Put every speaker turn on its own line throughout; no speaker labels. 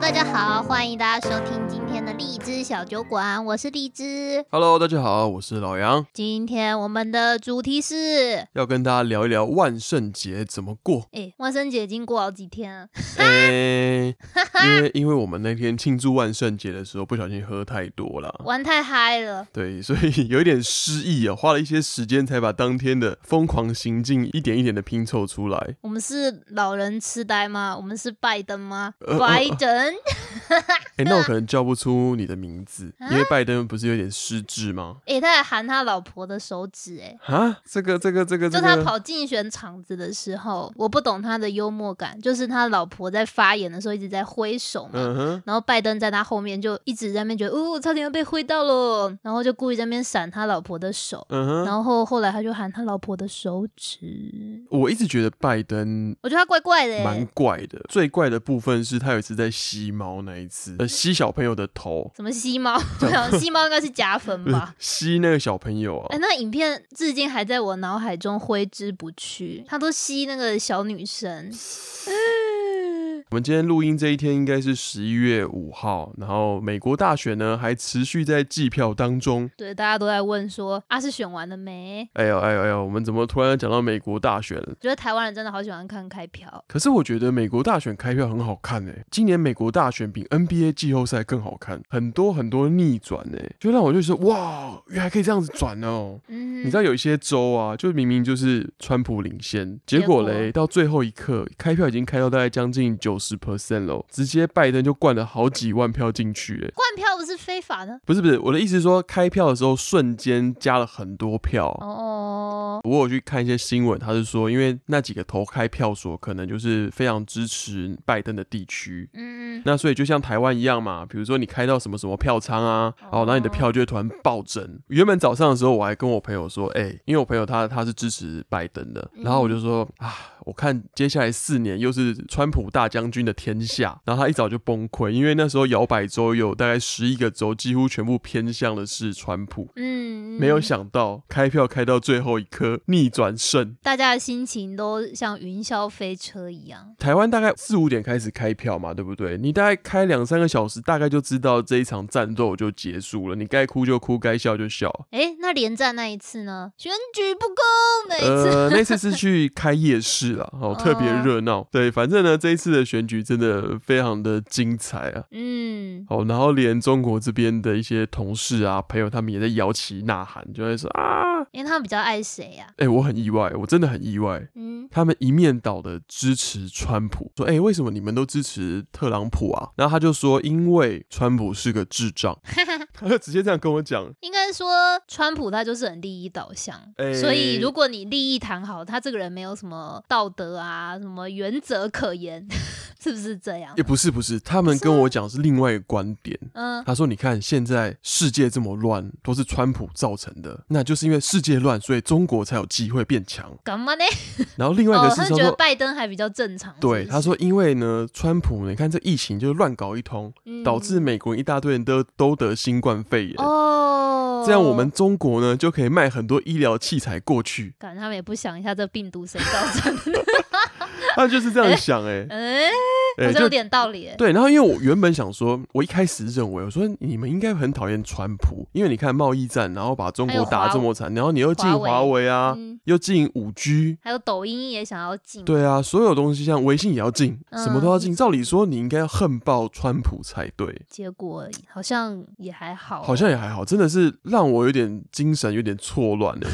大家好，欢迎大家收听今天的荔枝小酒馆，我是荔枝。
Hello，大家好，我是老杨，
今天我们的主题是，。
要跟大家聊一聊万圣节怎么过
哎，万圣节已经过好几天了，
诶、因为因为我们那天庆祝万圣节的时候不小心喝太多了，
玩太嗨了。
对，所以有一点失忆啊，花了一些时间才把当天的疯狂行径一点一点的拼凑出来。
我们是老人痴呆吗？我们是拜登吗？
呃
拜登，
诶、那我可能叫不出你的名字，
啊
因为拜登不是有点失智吗？
哎，他还喊他老婆的手指，哎，
啊，这个这个这个
就
这
他
个，
跑竞选场子的时候，我不懂他的幽默感，就是他老婆在发言的时候一直在挥手嘛，
嗯哼，
然后拜登在他后面就一直在那边觉得，哦，差点要被挥到了，然后就故意在那边闪他老婆的手，
嗯哼。
然后后来他就喊他老婆的手指，
我一直觉得拜登
我觉得他怪怪的欸
蛮
耶，
怪的。最怪的部分是他有一次在吸猫那一次，呃，吸小朋友的头，
怎么吸猫？ 我想吸猫应该是加分
不是。
吧
吸那个小朋友啊
哎，。那影片至今还在我脑海中挥之不去。他都吸那个小女生，
我们今天录音这一天应该是十一月五号，然后美国大选呢还持续在计票当中。
对，大家都在问说啊，是选完了没？
哎呦哎呦哎呦，我们怎么突然讲到美国大选了？
我觉得台湾人真的好喜欢看开票，
可是我觉得美国大选开票很好看诶、今年美国大选比 NBA 季后赛更好看，很多很多逆转诶、就让我就说哇，原来可以这样子转哦。
嗯，
你知道有一些州啊，就明明就是川普领先，结果嘞，到最后一刻开票已经开到大概将近九十 percent 喽，直接拜登就灌了好几万票进去、欸，
灌票不是非法的
不是不是，我的意思是说，开票的时候瞬间加了很多票。
哦，
我有去看一些新闻，他是说，因为那几个投开票所可能就是非常支持拜登的地区，
嗯，
那所以就像台湾一样嘛，比如说你开到什么什么票仓啊，哦，然后你的票就会突然暴增。原本早上的时候，我还跟我朋友说，哎、因为我朋友他他是支持拜登的，然后我就说啊，我看接下来四年又是川普大将军的天下。然后他一早就崩溃，因为那时候摇摆州有大概十一个州，几乎全部偏向的是川普。
嗯，
没有想到开票开到最后一刻逆转胜，
大家的心情都像云霄飞车一样。
台湾大概四五点开始开票嘛，对不对？你大概开两三个小时，大概就知道这一场战斗就结束了。你该哭就哭，该笑就笑。
诶，那连战那一次呢？选举不公，每次、
呃，那次是去开夜市啦，哦，特别热闹。对，反正呢，这一次的选举真的非常的精彩啊。
嗯，
哦，然后连中国这边的一些同事啊、朋友，他们也在摇旗呐喊，就在说啊，
因为他们比较爱谁呀、
哎、我很意外，我真的很意外。
嗯，
他们一面倒的支持川普，说：“哎、为什么你们都支持特朗普啊？”然后他就说：“因为川普是个智 障。”他就直接这样跟我讲。
应该说川普他就是很利益导向，
诶
所以如果你利益谈好，他这个人没有什么道德啊、什么原则可言， 是不是这样
哎也？不是不是，他们跟我讲是啊另外一个观点。
嗯，
他说：“你看，现在世界这么乱，都是川普造成的，那就是因为世界乱，所以中国才有机会变 强。
干嘛呢？”
然后另外一
哦，
个是
他
他
觉得
说。
拜登还比较正常。
对，
是不
他
是
说，因为呢，川普，你看这疫情就乱搞一通，
嗯
导致美国人一大堆人都都得新冠肺炎。
哦，
这样我们中国呢就可以卖很多医疗器材过去。
感觉他们也不想一下这病毒谁造 成的，
他就是这 样想、欸，
哎、
哎、
好像有
就
点道理耶。
对。然后因为我原本想说，我一开始认为我说你们应该很讨厌川普，因为你看贸易战，然后把
哎
中国打得这么惨，然后你又进
华为
华为啊，
嗯，
又进五 G。
还有抖音也想要进，
对啊，所有东西像微信也要进，
嗯
什么都要进。照理说，你应该要恨爆川普才对，
结果好像也还好，
好像也还好，真的是让我有点精神有点错乱了。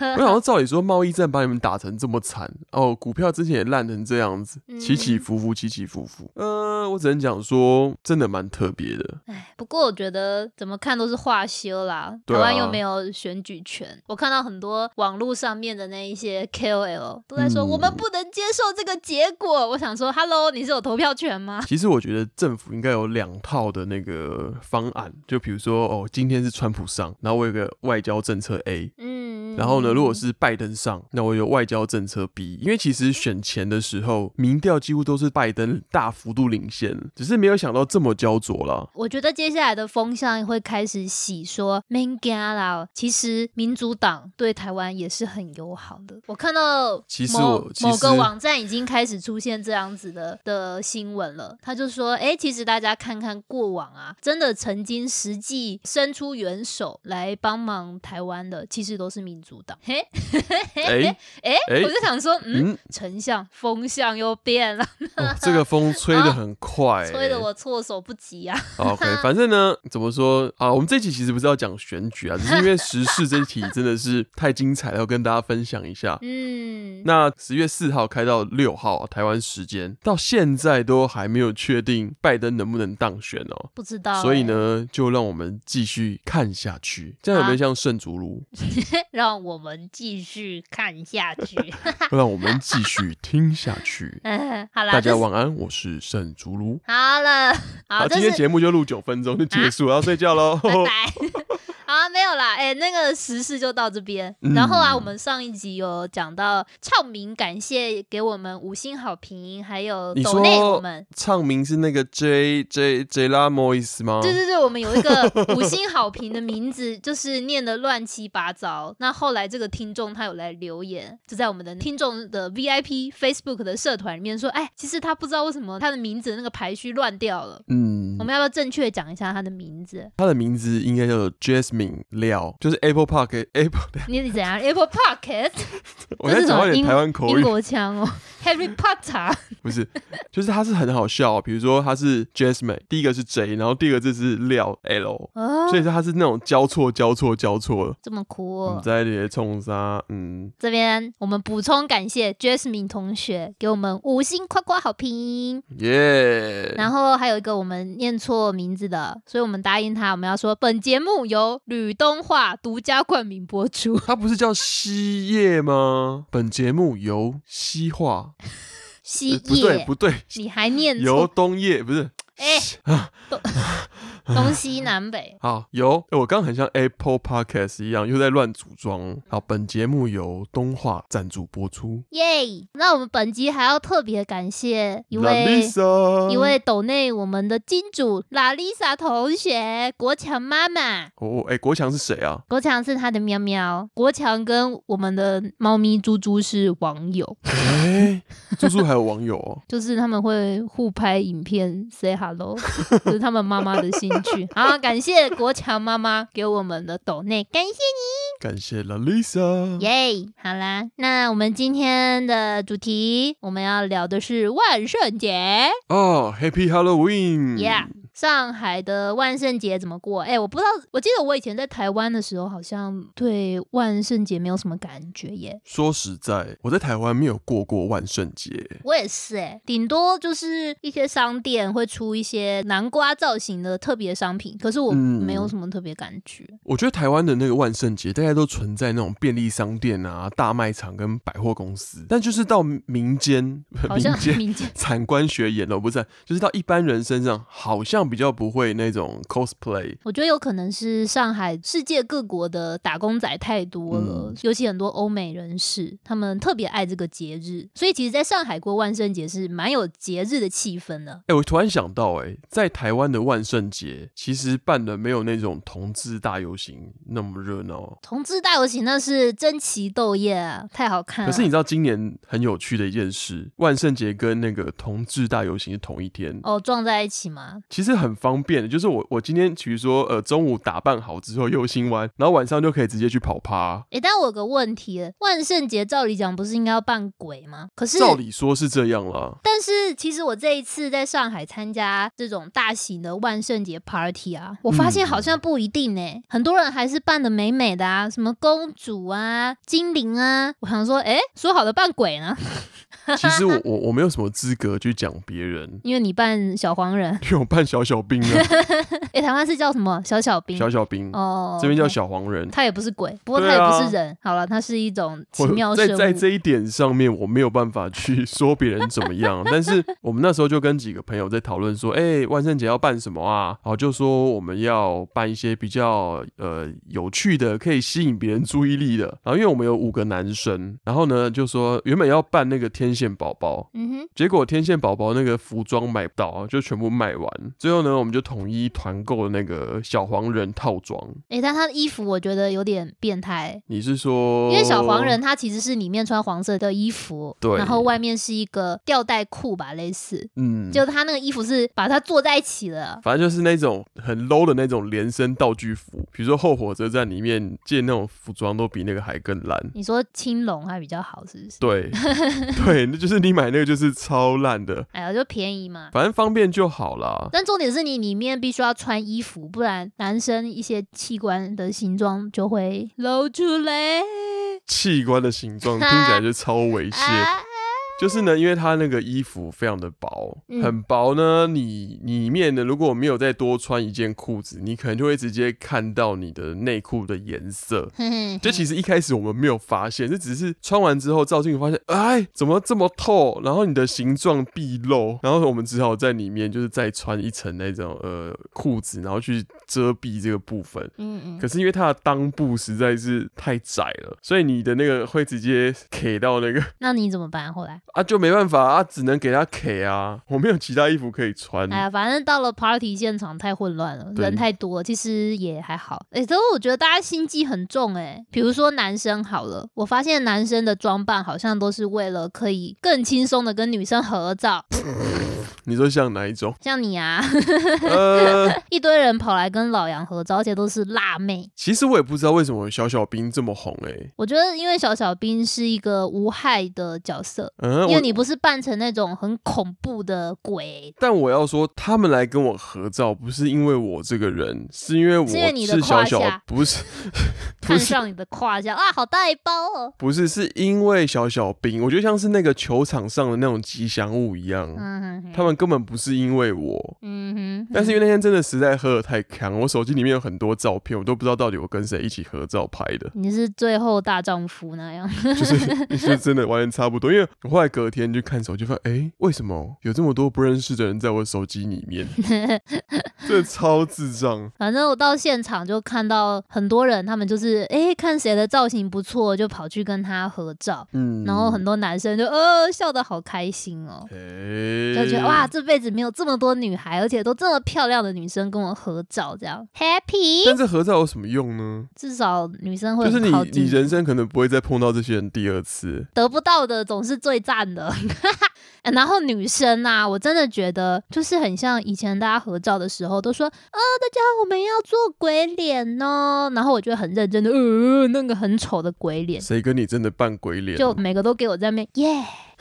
我想说，照理说贸易战把你们打成这么惨哦，股票之前也烂成这样子，起起伏伏，起起伏伏。呃，我只能讲说，真的蛮特别的。
哎。不过我觉得怎么看都是化修啦，台
对啊
湾又没有选举权。我看到很多网络上面的那一些 KOL 都在说、
嗯
我们不能接受这个结果。我想说，Hello，你是有投票权吗？
其实我觉得政府应该有两套的那个方案，就比如说哦，今天是川普上，然后我有个外交政策 A，
嗯，
然后呢，如果是拜登上，那我有外交政策 B，因为其实选前的时候，民调几乎都是拜登大幅度领先，只是没有想到这么焦灼了。
我觉得接下来的风向会开始洗说 m a n g a l a 其实民主党对台湾也是很友好的。我看到
其实
某
我其
某个
实
网站已经开始出现这样子的的新闻了，他就说，哎，其实大家看看过往啊，真的曾经实际伸出援手来帮忙台湾的，其实都是民主党。嘿，
哎，
哎，
诶
我就想说，嗯，
嗯，
丞相风向又变了，
哦、这个风吹得很快、
哦吹得我措手不及啊。
好 OK，反正呢，怎么说啊？我们这一期其实不是要讲选举啊，只是因为时事这一题真的是太精彩了，要跟大家分享一下。
嗯，
那十月四号开到六号、啊、台湾时间，到现在都还没有确定拜登能不能当选哦。
不知道、
所以，呢，就让我们继续看下去，这样有没有
啊
像圣 竹炉？
让我们继续看下去。。
让我们继续听下去
嗯，好啦，
大家
就是
晚安，我是圣竹炉。
好了，好，
好，
这
今天
是啊
节目就录九分钟就结束，我 要睡觉喽。
拜拜。 啊，没有啦，哎、那个时事就到这边。
嗯
然后啊，我们上一集有讲到畅明，感谢给我们五星好评，还有
你
抖内
说
我们。
唱名是那个 J J J La Mois 吗？
对对对，我们有一个 五星好评的名字，就是念的乱七八糟。那后来这个听众他有来留言，就在我 们的听众的 VIP Facebook 的社团里面说，哎，其实他不知道为什么他的名字那个排序乱掉了。
嗯
我，们要不要正确讲一下他的名 字？
他的名字应该叫做 Jasmine 廖，就是 Apple Park Apple。
你是怎样？Apple Pocket
我在讲话有点台湾口
英
语，
国腔哦，Harry Potter。
不是，就是他是很好笑、比如说他是 Jasmine，第一个是 J，然后第二个字是廖 L，
哦
所以说他是那种交错、交错、交错的。
这么酷、
我们
哦。
在这里冲杀，嗯，
这边我们补充感谢 Jasmine 同学给我们五星夸夸好评，
耶、
然后还有一个我们念错名字的，所以我们答应他，我们要说本节目由吕东话独家冠名播出。
他不是叫西叶吗？本节目由西化，
西
呃不对
叶，
不对，
你还念
由啊
错？
东叶不是
哎，东东西南北。
好，有，诶我刚刚很像 Apple Podcast 一样，又在乱组装。哦好，本节目由东化赞助播出。
耶那我们本集还要特别感谢一位
Lisa，
一位抖内我们的金主拉丽莎同学，国强妈妈。
哦，哎、国强是谁啊？
国强是他的喵喵，国强跟我们的猫咪猪猪是网友，
哎、猪猪还有网友哦。
就是他们会互拍影片 say hello，这是 他们妈妈的兴趣。好，感谢国强妈妈给我们的抖内，感谢
感谢了 Lisa。
耶好啦，那我们今天的主题我们要聊的是万圣节。
哦、h a p p y Halloween。
Yeah，上海的万圣节怎么过？哎、我不知道，我记得我以前在台湾的时候，好像对万圣节没有什么感觉耶。
说实在，我在台湾没有过过万圣节。
我也是哎、顶多就是一些商店会出一些南瓜造型的特别商品，可是我
嗯
没有什么特别感觉。
我觉得台湾的那个万圣节，大家都存在那种便利商店啊、大卖场跟百货公司，但就是到民间，
好
民
像
间
民间
产官学研了，不是，就是到一般人身上，好像比较不会那种 cosplay。
我觉得有可能是上海世界各国的打工仔太多了，
嗯
尤其很多欧美人士，他们特别爱这个节日，所以其实在上海过万圣节是蛮有节日的气氛的。
哎、我突然想到、哎，在台湾的万圣节其实办的没有那种同志大游行那么热闹。哦
同志大游行那是争奇斗艳啊，太好看了。
可是你知道今年很有趣的一件事，万圣节跟那个同志大游行是同一天，
哦，撞在一起吗？
其实很方便的。就是我我今天比如说呃中午打扮好之后游行完，然后晚上就可以直接去跑趴。
诶，但我有个问题，万圣节照理讲不是应该要扮鬼吗？可是，
照理说是这样 啦，
但是其实我这一次在上海参加这种大型的万圣节 party 啊，我发现
嗯
好像不一定呢、很多人还是扮的美美的啊，什么公主啊、精灵啊，我想说，诶，说好的扮鬼呢？
其实我我我没有什么资格去讲别人，
因为你扮小黄人，
因为我扮小小小兵啊，
哎，台湾是叫什么？小小兵。
小小兵，
哦，
这边叫
OK
小黄人。
他也不是鬼，不过他
对
也
啊
不是人。好了，他是一种奇妙
我在
生物。
在这一点上面，我没有办法 去说别人怎么样。但是我们那时候就跟几个朋友在讨论说，哎、万圣节要办什么啊？然后就说我们要办一些比较呃有趣的，可以吸引别人注意力的。然后因为我们有五个男生，然后呢就说原本要办那个天线宝宝，
嗯哼，
结果天线宝宝那个服装买不到，就全部卖完。最后呢，我们就统一团购那个小黄人套装。
哎、但他的衣服我觉得有点变态。
你是说
因为小黄人他其实是里面穿黄色的衣服，
对
然后外面是一个吊带裤吧，类似，
嗯
就他那个衣服是把它做在一起了，
反正就是那种很 low 的那种连身道具服，比如说《后火车站》里面借那种服装都比那个还更烂。
你说青龙啊还比较好，是不是？
对，对，那就是你买那个就是超烂的，
哎呀，就便宜嘛。
反正方便就好啦。
但重点是你里面必须要穿衣服，不然男生一些器官的形状就会露出来。
器官的形状听起来就超猥亵，
啊，
就是呢，因为它那个衣服非常的薄，
嗯
很薄呢，你里面呢如果没有再多穿一件裤子，你可能就会直接看到你的内裤的颜色。
哼哼
就其实一开始我们没有发现，这只是穿完之后照镜子发现，哎，怎么这么透？然后你的形状毕露，然后我们只好在里面就是再穿一层那种呃裤子，然后去遮蔽这个部分。
嗯嗯。
可是因为它的裆部实在是太窄了，所以你的那个会直接 K 到那个
那你怎么办？后来，
啊，就没办法啊，只能给它 K 啊，我没有其他衣服可以穿。
哎呀，反正到了 party 现场太混乱了，
嗯对
人太多了，其实也还好。哎、不过我觉得大家心机很重哎、比如说男生好了，我发现男生的装扮好像都是为了可以更轻松的跟女生合照，？
你说像哪一种
像你啊，
呃，
一堆人跑来跟老杨合照，而且都是辣妹。
其实我也不知道为什么小小兵这么红哎诶、
我觉得因为小小兵是一个无害的角色。
嗯，
因
我
为你不是扮成那种很恐怖的鬼，
但我要说，他们来跟我合照，不是因为我这个人，是因为我
是因为你的
是小
胯
小
下，
不是 不
看
是
上你的胯下，啊，好大一包哦！
不是，是因为小小兵，我觉得像是那个球场上的那种吉祥物一样，
嗯哼哼
他们根本不是因为我。
嗯哼，，
但是因为那天真的实在喝的太强，我手机里面有很多照片，我都不知道到底我跟谁一起合照拍的
你是最后大丈夫那样，
就是就是真的完全差不多。因为我后来隔天去看手机，发现哎、诶为什么有这么多不认识的人在我手机里 面？这超智障。
反正我到现场就看到很多人，他们就是诶，看谁的造型不错，就跑去跟他合照，
嗯
然后很多男生就呃笑得好开心哦。
诶
就觉得哇，，这辈子没有这么多女孩，而且都这么漂亮的女生跟我合照，这样 happy。
但这合照有什么用呢？
至少女生会
就是
很
你
靠
你
近，
人生可能不会再碰到这些人第二次。
得不到的总是最赞的。 然后女生啊，我真的觉得就是很像以前大家合照的时候都说，呃，大家我们要做鬼脸哦。然后我就很认真的，呃，那个很丑的鬼脸，
谁跟你真的扮鬼脸？
就每个都给我在那边耶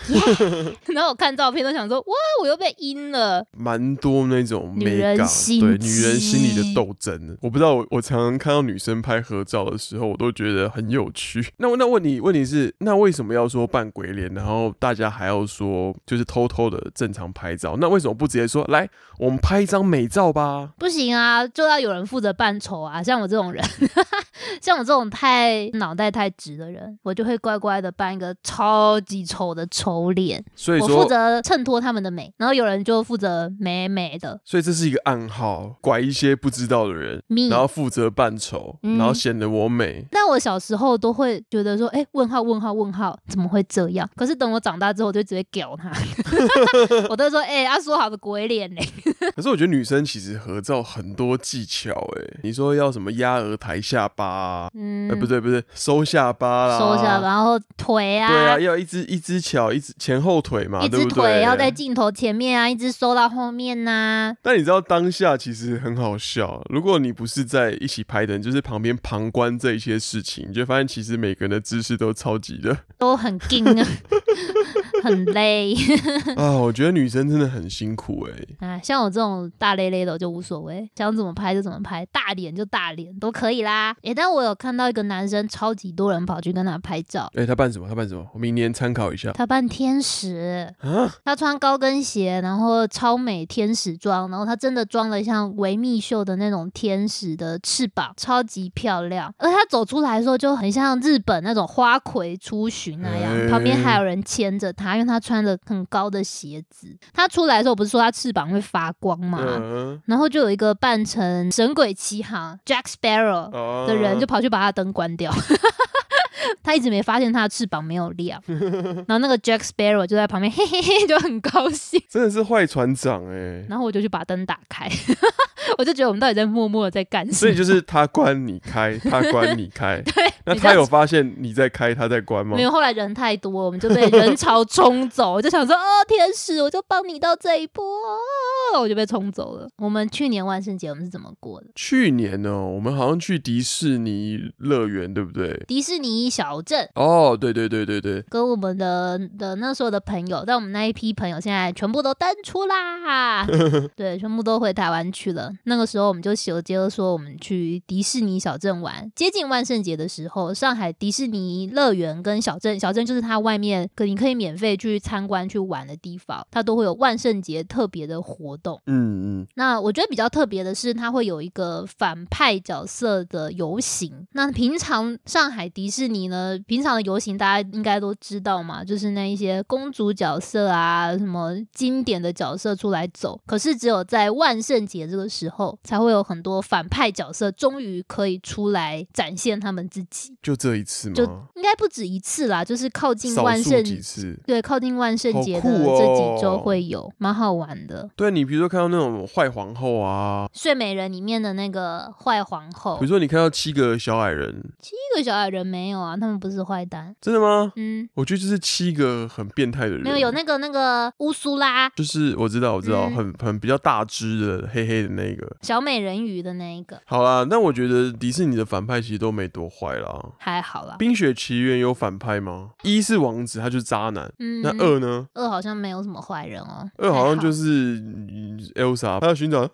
耶。然后我看照片都想说，哇，我又被阴了。
蛮多那种
女
mega，
人心
对女人心里的
机
斗争。我不知道，我我常常看到女生拍合照的时候，我都觉得很有趣。 那那问你，问题是，那为什么要说扮鬼脸，然后大家还要说就是偷偷的正常拍照？那为什么不直接说来，我们拍一张美照吧？
不行啊，就要有人负责扮丑啊！像我这种人， 像我这种太脑袋太直的人，我就会乖乖的扮一个超级丑的丑脸，
所以
我
说，
负责衬托他们的美，然后有人就负责美美的
所以这是一个暗号，拐一些不知道的人，
me
然。后负责扮丑，
嗯
然后显得我美。
但我小时候都会觉得说，哎、问号问号问号，怎么会这样？可是等我长大之后，我就直接屌他， 我都会说，哎、他、说好的鬼脸呢？
可是我觉得女生其实合照很多技巧、欸，你说要什么压额、抬下巴、啊，
嗯，
呃，不对不对，收下巴啦，
收下巴，。然后腿
对啊，要一只一只巧，一只前后腿嘛，
一
对
只
不对？
腿要在镜头前面啊，一只收到后面呐、
但你知道当下其实很好笑，如果你不是在一起拍的人，就是旁边旁观这 一些事情，你就发现其实每个人的姿势都超级的
都很劲啊， 很累
啊，我觉得女生真的很辛苦哎、
啊。像我这种大咧咧的我就无所谓，想怎么拍就怎么拍，大脸就大脸都可以啦。诶、但我有看到一个男生，超级多人跑去跟他拍照，
哎、他扮什么？他扮什么？我明年参考一下
他扮天使，
啊。
他穿高跟鞋，然后超美天使装，然后他真的装了像维密秀的那种天使的翅膀，超级漂亮。而他走出来的时候就很像日本那种花魁出巡那样，
哎
旁边还有人牵着他，因为他穿了很高的鞋子。他出来的时候不是说他翅膀会发光吗？
嗯
然后就有一个扮成《神鬼奇航》Jack Sparrow
啊
的人就跑去把他的灯关掉。 他一直没发现他的翅膀没有 亮，然后那个 Jack Sparrow 就在旁边嘿嘿嘿，就很高兴。
真的是坏船长哎、
然后我就去把灯打开， 我就觉得我们到底在默默的在干什
所
么
以？就是他关你开，他关你 开。对，那
你
他
这样
有发现你在开，他在关吗
没？有，后来人太多，我们就被人潮冲 走。我就想说，哦，天使，我就帮你到这一波，我就被冲走了。我们去年万圣节我们是怎么过的？
去年呢、我们好像去迪士尼乐园，对不对？
迪士尼小镇，
哦，对对对对对，
跟我们的的那时候的朋友，但我们那一批朋友现在全部都登出啦，对，全部都回台湾去了。那个时候我们就有接着说，我们去迪士尼小镇玩。接近万圣节的时候，上海迪士尼乐园跟小镇，小镇就是它外面可你可以免费去参观去玩的地方，它都会有万圣节特别的活动。
嗯嗯，
那我觉得比较特别的是，它会有一个反派角色的游行。那平常上海迪士尼呢，平常的游行大家应该都知道嘛，就是那一些公主角色啊，什么经典的角色出来走。可是只有在万圣节这个时候，才会有很多反派角色终于可以出来展现他们自己。
就这一次
就
吗？
应该不止一次啦，就是靠近
少
万
数
圣。
几次。
对，靠近万圣
好
节的
酷
这
哦
几周会有，蛮好玩的。
对你，比如说看到那种坏皇后啊，
睡美人里面的那个坏皇后
比如，说你看到七个小矮人，
那个小矮人没有啊，他们不是坏蛋。
真的吗？
嗯，
我觉得就是七个很变态的人，
没有有那个那个乌苏拉
就是我知道我知道，
嗯
很很比较大只的黑黑的那个。
小美人鱼的那一个
好啦，那我觉得迪士尼的反派其实都没多坏啦。
还好啦。
《冰雪奇缘》有反派吗？一是王子，他就是渣男。
嗯，
那二呢？
二好像没有什么坏人哦，
二好像就是是嗯 Elsa，他要寻找。啊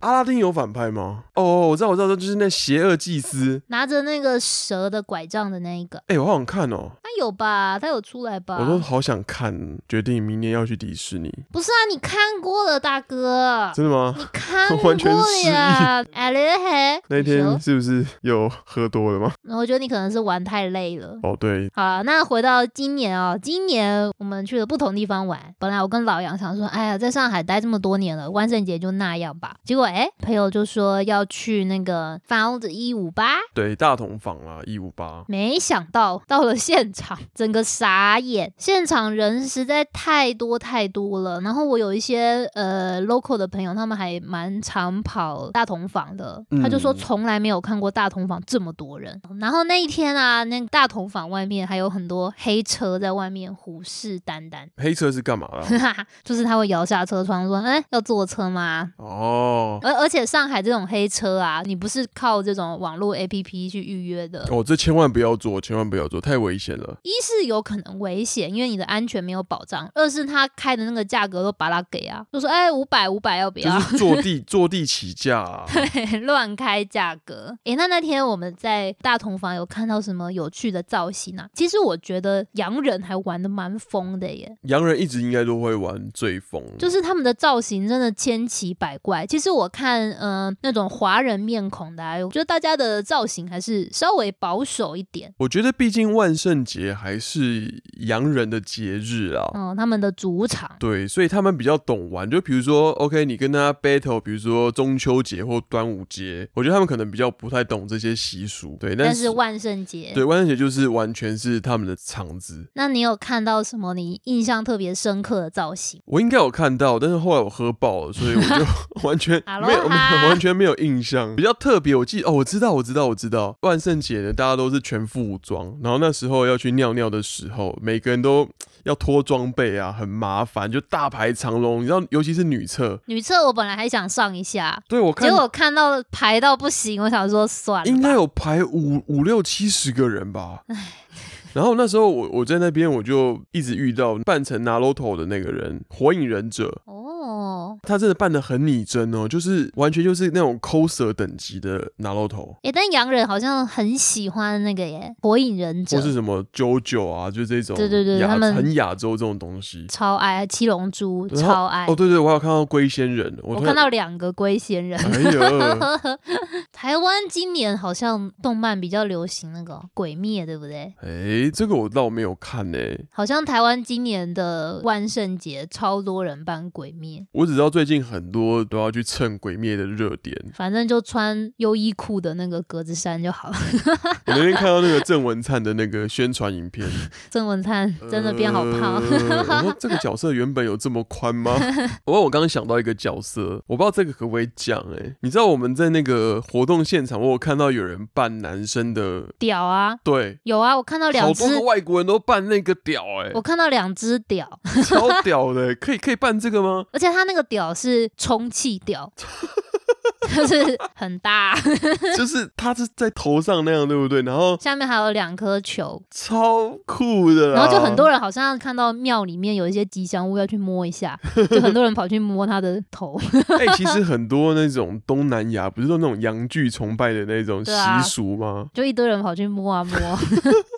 阿拉丁有反派吗？哦哦，我知道，我知道，就是那邪恶祭司。
拿着那个蛇的拐杖的那一个，
哎、我好想看哦！
他有吧？他有出来吧？
我都好想看，决定明年要去迪士尼。
不是啊，你看过了，大哥，
真的吗？
你看过
完全
了
失忆
呀？哎嘞嘿，
那
你
天
说
是不是有喝多了吗？
我觉得你可能是玩太累了。
哦，对，
好了，那回到今年哦，今年我们去了不同地方玩。本来我跟老杨想说，哎呀，在上海待这么多年了，万圣节就那样吧。结果哎，朋友就说要去那个 Found 一五八，
对，大同坊啦，一五八。
没想到到了现场，整个傻眼，现场人实在太多太多了。然后我有一些呃 local 的朋友，他们还蛮常跑大同坊的，
嗯
他就说从来没有看过大同坊这么多人。然后那一天啊，那个大同坊外面还有很多黑车在外面虎视眈眈。
黑车是干嘛啦？
就是他会摇下车窗说：“哎、要坐车吗？”
哦，
而而且上海这种黑车啊，你不是靠这种网络 APP 去预约的，
哦，这千万不要做，千万不要做，太危险了。
一是有可能危险，因为你的安全没有保障；二是他开的那个价格都把它给啊，就说哎五百五百要不
就
要？
是坐地坐地起价、啊，
乱开价格。诶，那那天我们在大同房有看到什么有趣的造型啊？其实我觉得洋人还玩的蛮疯的耶。
洋人一直应该都会玩追风，
就是他们的造型真的千奇百怪。其实我看，嗯、那种华人面孔的、啊，我觉得大家的造型还是稍微保守一点。
我觉得毕竟万圣节还是洋人的节日啊。
嗯，他们的主场。
对，所以他们比较懂玩。就比如说，OK，你跟他 battle，比如说中秋节或端午节，我觉得他们可能比较不太懂这些习俗。对，但
但
是
是万圣节，
对万圣节就是完全是他们的场子。
那你有看到什么你印象特别深刻的造型？
我应该有看到，但是后来我喝爆了，所以我 就完全没有
Aloha
完全没有印象。比较特别，我记哦，我知道，我知道，我知道，万圣节呢，大家都是全副武装，然后那时候要去尿尿的时候，每个人都要脱装备啊，很麻烦，就大排长龙。你知道，尤其是女厕，
女厕我本来还想上一下，
对我看
结果看到排到不行，我想说算了吧。
应该有排五五六七十个人吧。然后那时候我我在那边我就一直遇到扮成拿 Lotto 的那个人，火影忍者，
哦，
他真的扮的很拟真哦，就是完全就是那种抠舌等级的拿 Lotto。
诶，但洋人好像很喜欢那个耶，《火影忍者
或》是什么 JoJo 啊，就这种
对对对
亚
他们
很亚洲这种东西。
超爱，《七龙珠》
然后
超爱。
哦，对对，我有看到龟仙人，
哎我
我突
看
然
到两个龟仙人。
哎呦，
台湾今年好像动漫比较流行那个《鬼灭》，对不对？
哎，这个我倒没有看呢、
好像台湾今年的万圣节超多人扮《鬼灭》，
我只知道最近很多都要去蹭《鬼灭》的热点。
反正就穿优衣库的那个格子衫就好了。
我那天看到那个郑文灿的那个宣传影片，
郑文灿真的变好胖。
呃我说这个角色原本有这么宽吗？我我刚刚想到一个角色，我不知道这个可不可以讲哎、你知道我们在那个活动现场，我有看到有人扮男生的，
屌啊，
对，
有啊，我看到两
好
只
多，个外国人都扮那个屌哎、
我看到两只屌，
超屌的、可以可以办这个吗？
而且他那个屌是充气 屌，就是很大，
就是他是在头上那样，对不对？然后
下面还有两颗球。
超酷的啦，
然后就很多人好像看到庙里面有一些吉祥物要去摸一 下，就很多人跑去摸他的头。
哎、其实很多那种东南亚不是都那种洋剧崇拜的那种
对啊
习俗吗？
就一堆人跑去摸 啊摸，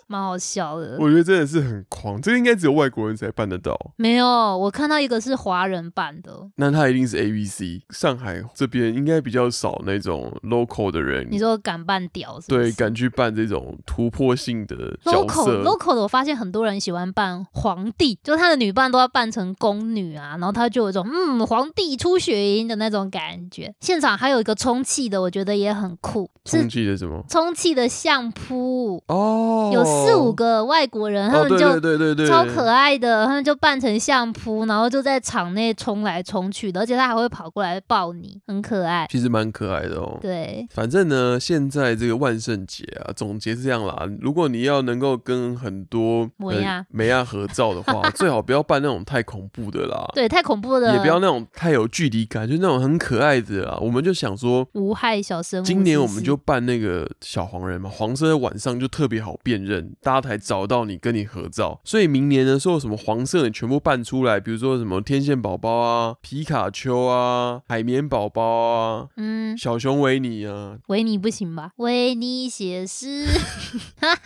蛮好笑的。
我觉得真的是很狂，这个应该只有外国人才办得到。
没有，我看到一个是华人版的，
那他一定是 A B C，上海这边应该比较少那种 local 的人，
你说敢扮屌是不
对
是？
敢去办这种突破性的角
local
色。
local 的，我发现很多人喜欢扮皇帝，就他的女伴都要扮成宫女啊，然后他就有一种嗯皇帝出血营的那种感觉。现场还有一个充气的，我觉得也很酷，
冲
是
击的什么？
充气的相扑，
哦，
有四五个外国人，他
哦，
们
对
就。
对对对对，
超可爱的，他们就扮成相扑，然后就在场内冲来冲去的，而且他还会跑过来抱你，很可爱。
其实蛮可爱的哦。
对，
反正呢，现在这个万圣节啊，总结是这样啦。如果你要能够跟很多
美亚
呃美亚合照 的话，最好不要办那种太恐怖的啦，
对，太恐怖了，
也不要那种太有距离感，就那种很可爱的啦。我们就想说，
无害小生物。
今年我
是嗯不
们
是
就办那个小黄人嘛，黄色的晚上就特别好辨认，大家才找到你跟你合照。所以明年呢，说有什么黄色你全部办出来，比如说什么天线宝宝啊、皮卡丘啊、海绵宝宝啊、
嗯，
小熊维尼啊，
维尼不行吧？维尼写 诗，哈哈。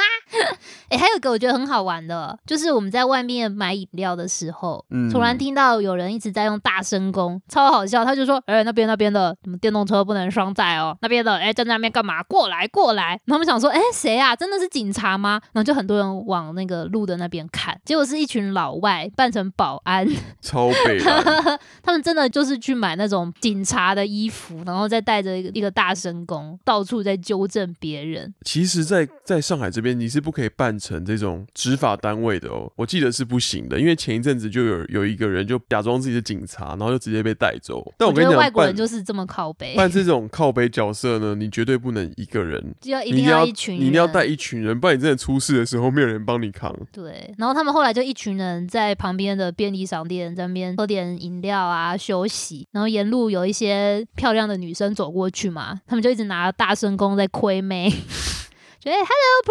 哎，还有一个我觉得很好玩的，就是我们在外面买饮料的时候，
嗯
突然听到有人一直在用大声公，超好笑。他就说：“哎、那边那边的，你们电动车不能双载哦，那边的，哎、站在那边干嘛？过来过来。”然后我们想说：“哎、谁啊？真的是警察吗？”然后就很多人往那个路的那边看，结果是一群老外扮成保安，
超北蓝
他们真的就是去买那种警察的衣服，然后再带着一个一个大声公，到处在纠正别人。
其实在，在上海这边，你是不可以办成这种执法单位的哦。我记得是不行的，因为前一阵子就有有一个人就假装自己是警察，然后就直接被带走。但
觉
跟你
得
讲，
外国
办
人就是这么靠 背，
办这种靠北角色呢，你绝对不能一个人，
就 要一
你
定
要
一群人，
你一定要带一群人，不然你真的出事的时候，没有人帮你扛。
对，然后他们后来就一群人在旁边的便利商店在那边喝点饮料啊，休息。然后沿路有一些漂亮的女生走过去嘛，他们就一直拿大声公在亏妹， 觉得、欸、“Hello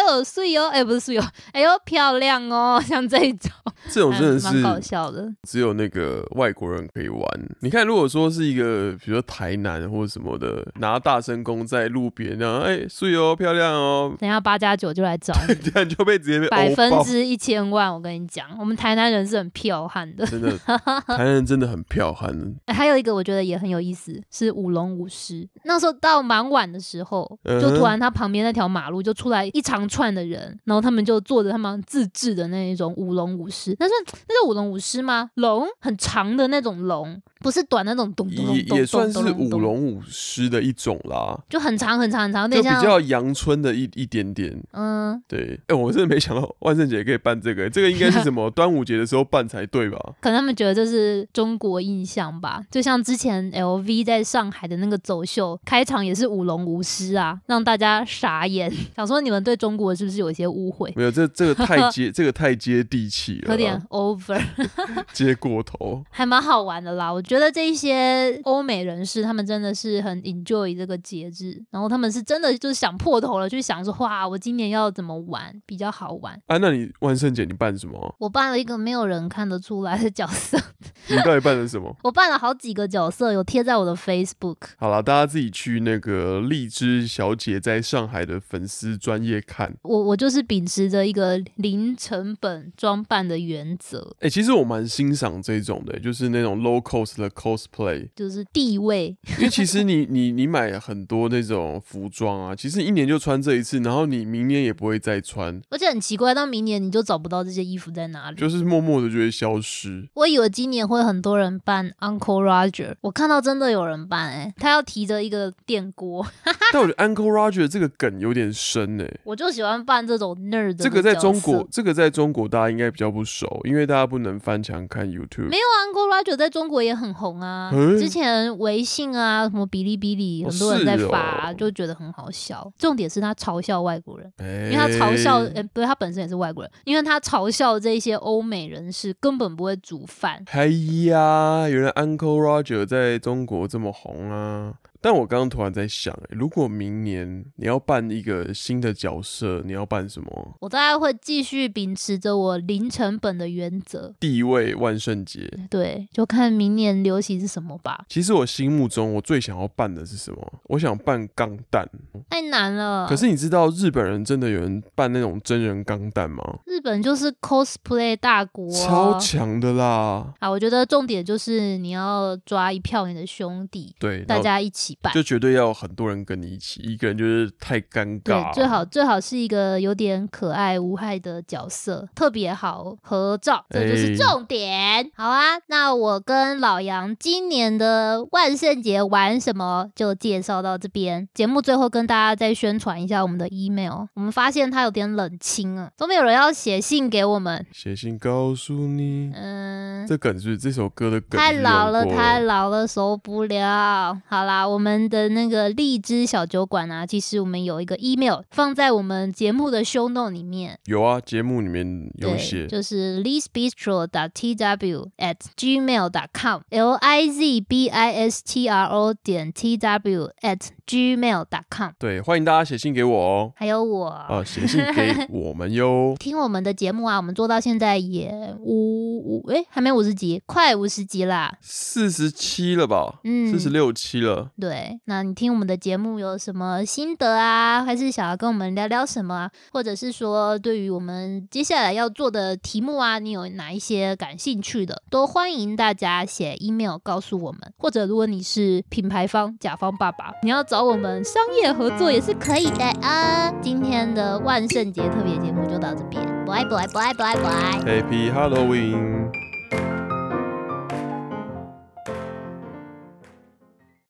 pretty”，哦哟睡哦，哎、不是睡哦，哎呦漂亮哦，像这一种，哎
这种真的
嗯蛮搞
是
笑的。
只有那个外国人可以玩。你看，如果说是一个，比如说台南或者什么的，拿大声公在路边那样，哎，睡哦，漂亮哦，
等一下八加九就来找你。
这样就被直接被
百
殴
分
哦爆
之一千万，我跟你讲，我们台南人是很彪悍的。
真的，台南人真的很彪悍。
还有一个我觉得也很有意思，是舞龙舞狮。那时候到蛮晚的时候，
嗯哼
就突然他旁边那条马路就出来一长串的人，然后他们就做着他们自制的那一种舞龙舞狮。但是那是舞龙舞狮吗？龙很长的那种龙，不是短那种咚咚咚
也
咚
也算
咚
是
咚咚
舞，龙舞狮的一种啦，
就很长很长很长，有
就
点
比
像
较阳春的一一点点。
嗯，
对，哎、我真的没想到万圣节可以办这个，这个应该是什么端午节的时候办才对吧？
可能他们觉得这是中国印象吧，就像之前 LV 在上海的那个走秀，开场也是舞龙舞狮啊，让大家傻 眼，想说你们对中国是不是有一些误会？
没有，这这个太接啊这个太接地气了啦，
喝点点 over，
接过头。
还蛮好玩的啦。我觉得这一些欧美人士，他们真的是很 enjoy 这个节日，然后他们是真的就是想破头了，就想说哇，我今年要怎么玩比较好玩。
啊，那你万圣节你扮什么？
我扮了一个没有人看得出来的角色，
你到底扮成什么？
我扮了好几个角色，有贴在我的 Facebook。
好了，大家自己去那个荔枝小姐在上海的粉丝专业看。
我我就是秉持着一个零成本装扮的原则，
哎、其实我蛮欣赏这种的，就是那种 low cost 的 cosplay，
就是地位
因为其实你 你你买很多那种服装啊，其实一年就穿这一次，然后你明年也不会再穿，
而且很奇怪，到明年你就找不到这些衣服在哪里。
就是默默的就会消失。
我以为今年会很多人扮 Uncle Roger，我看到真的有人扮哎、他要提着一个电锅，
但我觉得 Uncle Roger 这个梗有点深诶、
我就喜欢扮这种 nerd 的
这个在
角色
中国，这个在中国大家应该比较不熟，因为大家不能翻墙看 YouTube
没。有啊 Uncle Roger 在中国也很红啊，
嗯
之前微信啊什么哔哩哔哩，
哦
很多人在发、
是哦
就觉得很好笑。重点是他嘲笑外国人。因
因
为他嘲笑，
哎
呃、不是他本身也是外国人，因为他嘲笑这些欧美人士根本不会煮饭，
哎呀，原来 Uncle Roger 在中国这么红啊！但我刚刚突然在想、欸如果明年你要扮一个新的角色，你要扮什么？
我大概会继续秉持着我零成本的原则，
地位万圣节。
对，就看明年流行是什么吧。
其实我心目中我最想要扮的是什么？我想扮钢弹。
太难了。
可是你知道日本人真的有人扮那种真人钢弹吗？
日本就是 cosplay 大国啊、
超强的啦！
啊！我觉得重点就是你要抓一票你的兄弟，
对，
大
然后
家一起办。
就绝对要有很多人跟你一起，一个人就是太尴尬
对，
了。
最好最好是一个有点可爱无害的角色，特别好合照，这就是
哎
重点。好啊，那我跟老杨今年的万圣节玩什么就介绍到这边。节目最后跟大家再宣传一下我们的 email，我们发现它有点冷清啊，都没有人要写信给我们。
写信告诉你。
嗯，
这梗是不是这首歌的梗
太
是不是
老
用
了，
过
太老了，受不了。好啦，我们的那个荔枝小酒馆啊，其实我们有一个 email 放在我们节目的 show note 里面，
有啊，节目里面有
对，
写。
就是 lizbistro t w at gmail com l i z b i s t r o 点 t w at gmail com，
对，欢迎大家写信给我哦。
还有我。
啊，写信给我 们哟。
听我们的节目啊，我们做到现在也五五哎，还没五十集，快五十集啦。
四十七了吧？
嗯
四十六期了。
对，那你听我们的节目有什么心得啊？还是想要跟我们聊聊什么啊？或者是说，对于我们接下来要做的题目啊，你有哪一些感兴趣的，都欢迎大家写 email 告诉我们。或者，如果你是品牌方、甲方爸爸，你要找我们商业合作也是可以的啊。今天的万圣节特别节目就到这边，拜拜拜拜拜。
Happy Halloween。